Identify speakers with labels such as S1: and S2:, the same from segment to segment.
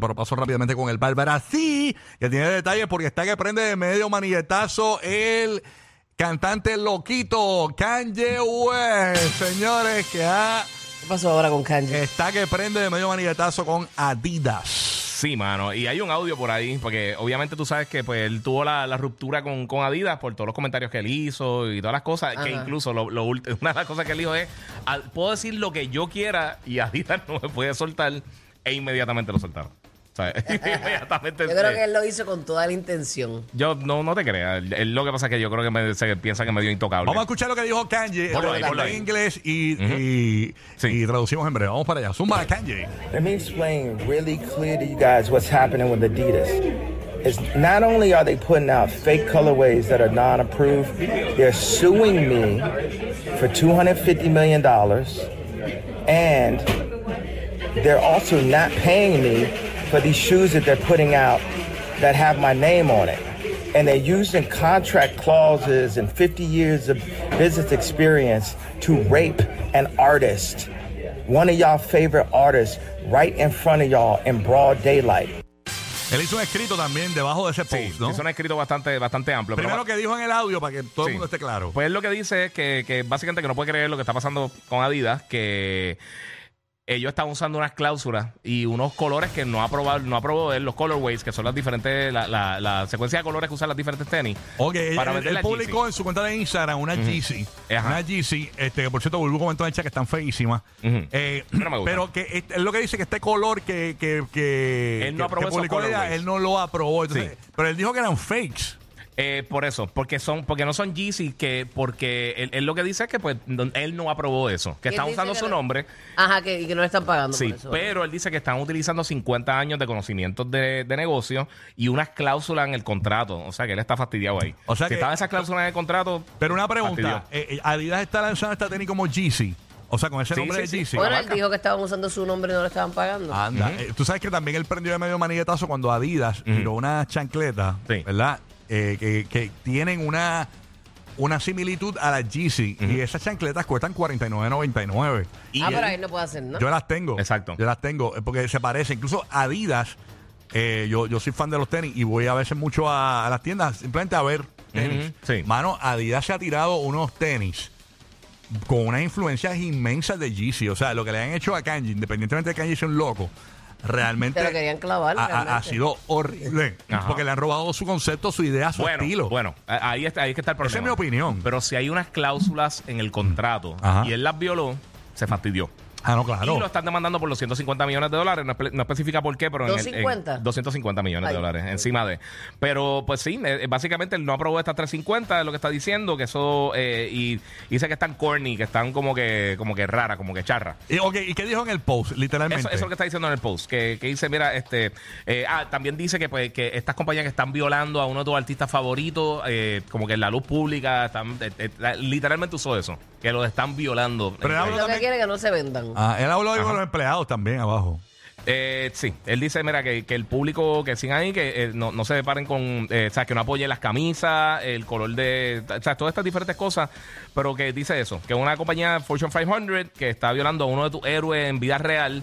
S1: Pero paso rápidamente con el Bárbara. Sí, que tiene detalles porque está que prende de medio manilletazo el cantante loquito Kanye West. Señores, que ha-
S2: ¿Qué pasó ahora con Kanye?
S1: está que prende de medio manilletazo con Adidas.
S3: Sí, mano. Y hay un audio por ahí, porque obviamente tú sabes que pues, él tuvo la, la ruptura con, con Adidas por todos los comentarios que él hizo y todas las cosas. Que incluso lo, lo ulti- una de las cosas que él dijo es: "Al- puedo decir lo que yo quiera y Adidas no me puede soltar. E inmediatamente lo soltaron. O sea, inmediatamente.
S2: Yo creo
S3: eh,
S2: que él lo hizo con toda la intención.
S3: yo- no, no te creas. Él- él lo que pasa es que yo creo que me- se piensa que me dio intocable.
S1: Vamos a escuchar lo que dijo Kanye
S3: Ponlo ahí,
S1: eh,
S3: ponlo
S1: en
S3: ahí.
S1: inglés y, y-
S3: Sí.
S1: y traducimos en breve. Vamos para allá. Zumba, Kanye.
S4: Let me explain really clear to you guys what's happening with Adidas. It's not only are they putting out fake colorways that are non-approved, they're suing me for $250 million and they're also not paying me for these shoes that they're putting out that have my name on it. And they're using contract clauses and 50 years of business experience to rape an artist, one of y'all favorite artists, right in front of y'all in broad daylight.
S1: Él hizo un escrito también debajo de ese
S3: Sí,
S1: post, ¿no?
S3: es un escrito bastante, bastante amplio. pero-
S1: Primero que dijo en el audio para que todo
S3: Sí.
S1: el mundo esté claro.
S3: Pues él lo que dice es que, que básicamente que no puede creer lo que está pasando con Adidas, que ellos están usando unas cláusulas y unos colores que no aprobó, no aprobó él, los colorways, que son las diferentes, la, la, la secuencia de colores que usan las diferentes tenis.
S1: Ok, él,
S3: para
S1: él-
S3: vender
S1: él
S3: la
S1: publicó
S3: Yeezy.
S1: en su cuenta de Instagram una Yeezy.
S3: Ajá.
S1: Una Yeezy, este, que por cierto, Bulbu comentó en el chat que están feísimas.
S3: Ujú.
S1: Eh,
S3: Pero me gusta.
S1: pero que este- es lo que dice que este color que, que, que-
S3: Él
S1: que-
S3: no aprobó
S1: que
S3: esos
S1: publicó ella,
S3: colorways.
S1: él no lo aprobó. Entonces, Pero él dijo que eran fakes.
S3: Eh, por eso, porque son, porque no son Yeezy, que, porque él, él lo que dice es que pues no- él no aprobó eso, que
S2: Él
S3: están
S2: dice
S3: usando
S2: que
S3: su
S2: no-
S3: nombre.
S2: Ajá, que, y que no le están pagando
S3: Sí,
S2: por eso.
S3: pero él dice que están utilizando 50 años de conocimientos de, de negocio y unas cláusulas en el contrato. O sea que él está fastidiado ahí.
S1: O sea
S3: si
S1: que-
S3: estaban esas cláusulas en el contrato.
S1: Pero una
S3: fastidió.
S1: pregunta: eh, eh, Adidas está lanzando esta tenis como Yeezy. O sea, con ese
S3: Sí,
S1: nombre
S3: sí,
S1: de
S3: sí. Ah,
S1: Yeezy.
S2: bueno,
S3: la
S2: él
S3: vaca.
S2: dijo que estaban usando su nombre y no le estaban pagando.
S1: Anda. eh, Tú sabes que también él prendió de medio manilletazo cuando Adidas tiró una chancleta,
S3: Sí.
S1: ¿verdad? Eh, que, que tienen una, una similitud a las Yeezy. Y esas chancletas cuestan $49.99.
S3: Y
S2: ah,
S3: él-
S2: pero ahí no puede hacer nada.
S1: Yo las tengo.
S3: Exacto.
S1: Yo las tengo. eh, Porque se parece. Incluso Adidas. eh, yo, yo soy fan de los tenis y voy a veces mucho a, a las tiendas simplemente a ver tenis.
S3: sí.
S1: Mano, Adidas se ha tirado unos tenis con unas influencias inmensas de Yeezy. O sea, lo que le han hecho a Kanji, independientemente de que Kanji sea un loco, realmente.
S2: Te lo querían clavar,
S1: ha- ha- Ha,
S2: realmente.
S1: sido horrible.
S3: Ajá.
S1: Porque le han robado su concepto, su idea, su
S3: bueno,
S1: estilo.
S3: bueno, a- ahí está, ahí es que está el problema.
S1: Esa es mi opinión.
S3: Pero si hay unas cláusulas en el contrato
S1: Ajá.
S3: y él las violó, se fastidió.
S1: Ah, no,
S3: Y lo
S1: claro.
S3: están demandando por los 150 millones de dólares. No, espe- no especifica por qué, pero en el- en
S2: 250.
S3: 250 millones
S2: Ay.
S3: de dólares encima de. Pero pues sí, eh, básicamente él no aprobó estas 350, es lo que está diciendo, que eso. eh, y dice que están corny, que están como que como que rara, como que charra.
S1: Y, ok, ¿y qué dijo en el post? Literalmente.
S3: Eso, eso es lo que está diciendo en el post, que, que dice, mira, este, eh, ah, también dice que, pues, que estas compañías que están violando a uno de tus artistas favoritos, eh, como que en la luz pública, están, eh, eh, la- literalmente usó eso, que los están violando.
S1: Pero
S3: Eh,
S1: habla-
S2: Él lo que
S1: también-
S2: quiere es que no se vendan.
S1: Ah, él habló algo de los empleados también abajo.
S3: eh, sí, él dice, mira, que, que el público que sigan ahí, que eh, no, no se deparen con, eh, o sea, que no apoyen las camisas, el color de, o sea, todas estas diferentes cosas, pero que dice eso, que una compañía Fortune 500 que está violando a uno de tus héroes en vida real.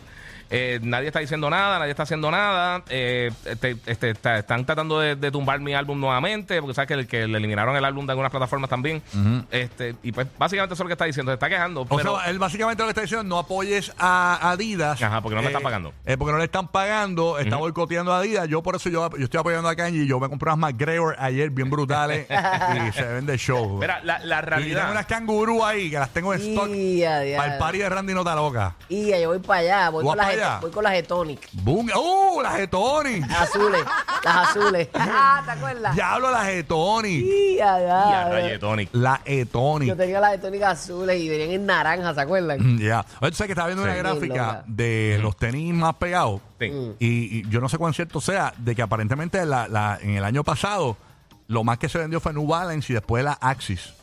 S3: Eh, nadie está diciendo nada, nadie está haciendo nada. Eh, este, este, está- están tratando de, de tumbar mi álbum nuevamente, porque sabes que, el- que le eliminaron el álbum de algunas plataformas también. este Y pues básicamente eso es lo que está diciendo, se está quejando.
S1: O
S3: pero-
S1: sea, él básicamente lo que está diciendo, no apoyes a Adidas.
S3: Ajá, porque no me están pagando.
S1: eh, porque no le están pagando, está boicoteando a Adidas. Yo por eso yo, yo estoy apoyando a Kanye. Yo me compré unas McGregor ayer bien brutales y se venden de show.
S3: mira, la,
S1: y
S3: la
S1: tengo unas
S3: realidad.
S1: cangurú ahí que las tengo en stock.
S2: Y a diablo.
S1: Para el party de Randy Nota Loca.
S2: Y ya, yo voy para allá, voy
S1: Voy
S2: con las
S1: para allá.
S2: Voy con las Etonic.
S1: Boom. ¡Uh! Las Getoni.
S2: Azules. las azules. Ah, ¿te acuerdas?
S1: Diablo, las Getoni.
S2: Sí, ya, ya.
S3: Ya, rayo, Tony.
S1: La Etoni.
S2: Yo tenía las Etonic azules y venían en naranja, ¿se acuerdan?
S1: Mm, Ya. Oye, Tú sabes que estaba viendo una
S3: Sí.
S1: gráfica
S2: Loca.
S1: de los tenis más pegados.
S3: Sí.
S1: Y, y yo no sé cuán cierto sea de que aparentemente la- la- en el año pasado lo más que se vendió fue New Balance y después la Axis.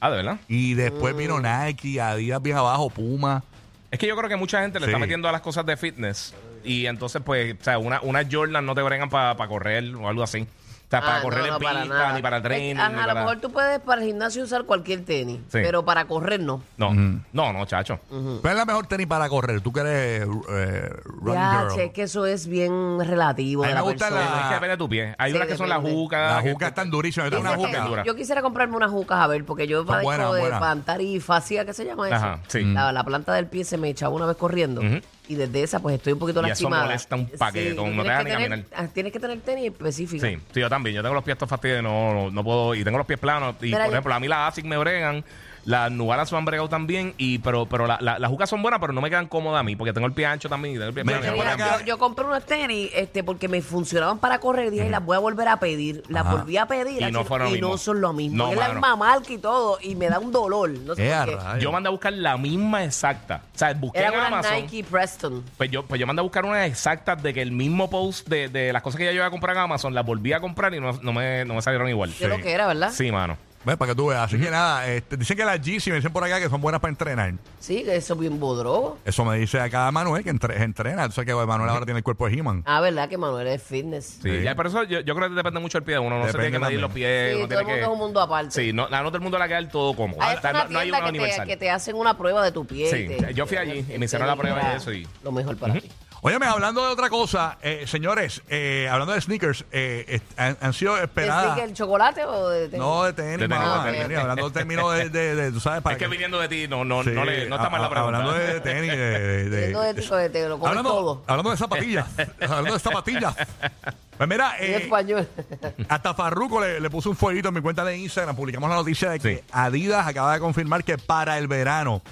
S3: Ah, de verdad.
S1: Y después vino Nike, Adidas bien abajo, Puma.
S3: Es que yo creo que mucha gente le
S1: Sí.
S3: está metiendo a las cosas de fitness. Y entonces, pues, o sea, una- unas Jordan no te bregan para correr o algo así. O sea, para
S2: Ah,
S3: correr
S2: no, no,
S3: en pista,
S2: nada.
S3: ni para el
S2: Es-
S3: training.
S2: ajá,
S3: ni
S2: a lo
S3: para-
S2: mejor tú puedes para el gimnasio usar cualquier tenis,
S3: Sí.
S2: pero para correr no.
S3: No, no, no, chacho.
S1: ¿Cuál es la mejor tenis para correr? Tú que eres eh, running
S2: Ya,
S1: girl.
S2: che, que eso es bien relativo
S1: A mí
S2: de
S1: me
S2: la
S1: gusta la-
S2: persona.
S3: Es que depende de tu pie. Hay
S2: Sí,
S3: unas que son las
S2: depende.
S3: jucas.
S1: Las
S3: que-
S1: jucas están durísimas. Yo tengo una
S2: Dice
S3: Dicen
S1: juca.
S3: que-
S2: que Yo quisiera comprarme unas jucas, a ver, porque yo padezco
S1: buenas,
S2: de
S1: buenas.
S2: pantarifascia, qué se llama eso.
S3: Ajá, sí. Mm.
S2: La, la planta del pie se me echaba una vez corriendo. Y desde esa, pues estoy un poquito
S3: Y eso
S2: lastimada.
S3: molesta un paquetón, no
S2: tienes
S3: te deja
S2: que
S3: ni
S2: tener-
S3: caminar.
S2: ah, Tienes que tener tenis específicos.
S3: Sí, sí, yo también. Yo tengo los pies todos fastidiados y no, no, no puedo. Y tengo los pies planos. Y
S2: Mira,
S3: por
S2: yo-
S3: ejemplo, a mí las ASIC me bregan. Las nubalas me han bregado también. Y, pero pero la- la- las jucas son buenas, pero no me quedan cómodas a mí. Porque tengo el pie ancho también. Y tengo el pie
S1: Mira,
S3: plano, y no
S2: Tenía-
S3: me
S1: por
S3: quedan
S1: acá.
S2: yo, yo compré unos tenis este, porque me funcionaban para correr y dije, las voy a volver a pedir. Las
S1: Ajá.
S2: volví a pedir
S3: Y no fueron lo mismo.
S2: no son lo mismo.
S3: No,
S2: es la
S3: mano.
S2: misma marca y todo y me da un dolor. No sé
S1: Eh, a
S2: por qué.
S1: rayos.
S3: Yo mandé a buscar la misma exacta. O sea, busqué en
S2: Eran unas
S3: Amazon.
S2: Nike Preston.
S3: Pues yo, pues yo mandé a buscar unas exactas de que el mismo post de, de las cosas que ya yo iba a comprar en Amazon, las volví a comprar y no, no me, no me salieron igual.
S2: Yo lo que era, ¿verdad?
S3: Sí, mano.
S1: Ves, para que tú veas. Así que nada, este, dicen que las Yeezy me dicen por acá que son buenas para entrenar.
S2: Sí, que eso es bien bodrogo.
S1: Eso me dice acá Manuel que entre- entrena. Tú sabes que bueno, Manuel ahora tiene el cuerpo de He-Man.
S2: Ah, ¿verdad? Que Manuel es fitness.
S3: Sí. Ya, pero eso yo, yo creo que depende mucho del pie de uno. No se
S1: Depende
S3: tiene que
S1: también.
S3: medir los pies.
S2: Sí,
S3: uno
S2: todo
S3: tiene
S2: el mundo
S3: que-
S2: es un mundo aparte.
S3: Sí, no, a no todo el mundo le queda del todo cómodo.
S2: Ah,
S3: O sea,
S2: es una
S3: no, no hay
S2: tienda
S3: una
S2: que, te,
S3: universal.
S2: que te hacen una prueba de tu piel.
S3: Sí,
S2: y te-
S3: yo fui
S2: te-
S3: allí y
S2: te-
S3: me hicieron
S2: te
S3: la prueba
S2: diga
S3: de eso y-
S2: Lo mejor para ti.
S1: Óyeme, hablando de otra cosa, eh, señores, eh, hablando de sneakers, eh, est- han, han sido
S2: ¿Es
S1: esperadas.
S2: de que el chocolate o de de-
S1: ah. No, de tenis,
S3: De tenis,
S1: mamá,
S2: ok,
S1: de tenis.
S2: ok.
S1: Hablando de términos de, de- de- tú sabes, para
S3: Es que
S1: que-
S3: viniendo de ti, no, no,
S1: Sí,
S3: no, le, no está
S1: a-
S3: mal la
S1: a-
S3: pregunta.
S1: Hablando de tenis, de, de- de-
S2: Hablando de ti, que te lo comes
S1: hablando,
S2: todo.
S1: hablando de zapatillas, hablando de zapatillas. Pues mira,
S2: En
S1: eh,
S2: español.
S1: hasta Farruko le, le puso un fueguito en mi cuenta de Instagram. Publicamos la noticia de que
S3: Sí.
S1: Adidas acaba de confirmar que para el verano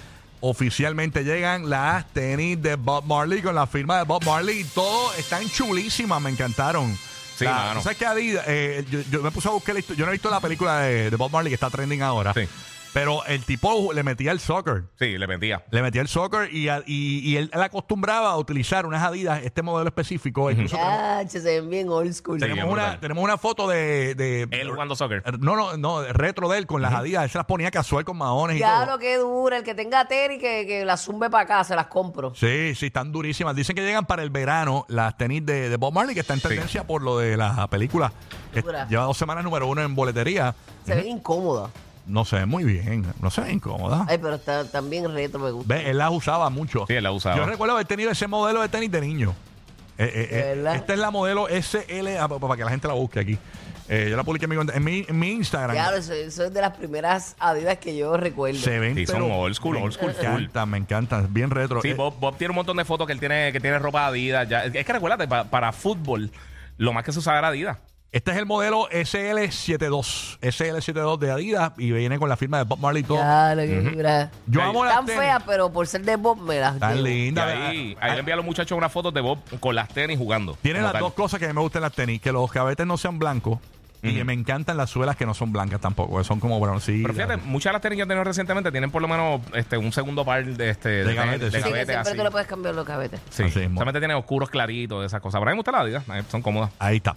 S1: oficialmente llegan las tenis de Bob Marley con la firma de Bob Marley. Todo están chulísimas, me encantaron.
S3: Sí,
S1: La-
S3: mano.
S1: ¿Sabes qué, Adidas? Eh, yo, yo me puse a buscar la histo- Yo no he visto la película de, de Bob Marley que está trending ahora.
S3: Sí.
S1: Pero el tipo le metía el soccer.
S3: Sí, le mentía.
S1: Le metía el soccer y, a- y- y él, él acostumbraba a utilizar unas Adidas, este modelo específico. Incluso tenemos-
S2: Ah, che, se ven bien old school.
S3: Sí.
S1: tenemos,
S3: bien
S1: una,
S3: brutal.
S1: tenemos una foto de, de-
S3: Él jugando soccer.
S1: Eh, No, no, no, retro de él con las Adidas. Él se las ponía casual con mahones y
S2: Ya
S1: todo.
S2: lo que dura, el que tenga tenis que, que la zumbe para acá, se las compro.
S1: Sí, sí, están durísimas. Dicen que llegan para el verano las tenis de, de Bob Marley, que está en tendencia por lo de la película. que
S2: Dura.
S1: Lleva dos semanas número uno en boletería.
S2: Se ven incómodas.
S1: No se ve muy bien, no se ve incómoda.
S2: Ay, pero está también retro me gusta.
S1: Ve, él las usaba mucho.
S3: Sí, él las usaba.
S1: Yo recuerdo haber tenido ese modelo de tenis de niño. Eh, eh,
S2: ¿De
S1: eh,
S2: verdad?
S1: esta es la modelo SLA, pa- para que la gente la busque aquí. Eh, yo la publiqué en mi, cuenta- en mi, en mi Instagram.
S2: Claro, eso, eso es de las primeras Adidas que yo recuerdo.
S1: Se ven,
S3: Sí, son
S1: pero
S3: old school, old school,
S1: Me
S3: full.
S1: encantan, me encantan. Bien retro.
S3: Sí,
S1: Eh,
S3: Bob, Bob tiene un montón de fotos que él tiene, que tiene ropa Adidas. Ya. Es que recuérdate, pa- para fútbol, lo más que se usaba era Adidas.
S1: Este es el modelo SL72. SL72 de Adidas y viene con la firma de Bob Marley y todo.
S2: Claro, que dura.
S1: Yo amo las
S2: Tan pues,
S1: tenis.
S2: feas, pero por ser de Bob me las
S1: Tan
S2: llevo.
S3: Y
S1: lindas.
S3: ahí,
S1: Ah,
S3: ahí le envía a los muchachos unas fotos de Bob con las tenis jugando.
S1: Tiene
S3: como
S1: las
S3: tal.
S1: dos cosas que a mí me gustan en las tenis, que los cabetes no sean blancos y que me encantan las suelas que no son blancas tampoco, que son como broncillas.
S3: Pero fíjate, muchas de las tenis que he tenido recientemente tienen por lo menos este, un segundo par de, este, de,
S1: gavetes,
S3: de
S1: sí.
S2: Sí, que
S3: gavetes
S2: siempre
S3: así.
S2: tú le puedes cambiar los cabetes.
S3: Sí,
S1: Así mismo.
S3: solamente tiene oscuros claritos, esas cosas. Pero a mí me gustan las Adidas, son cómodas.
S1: Ahí está.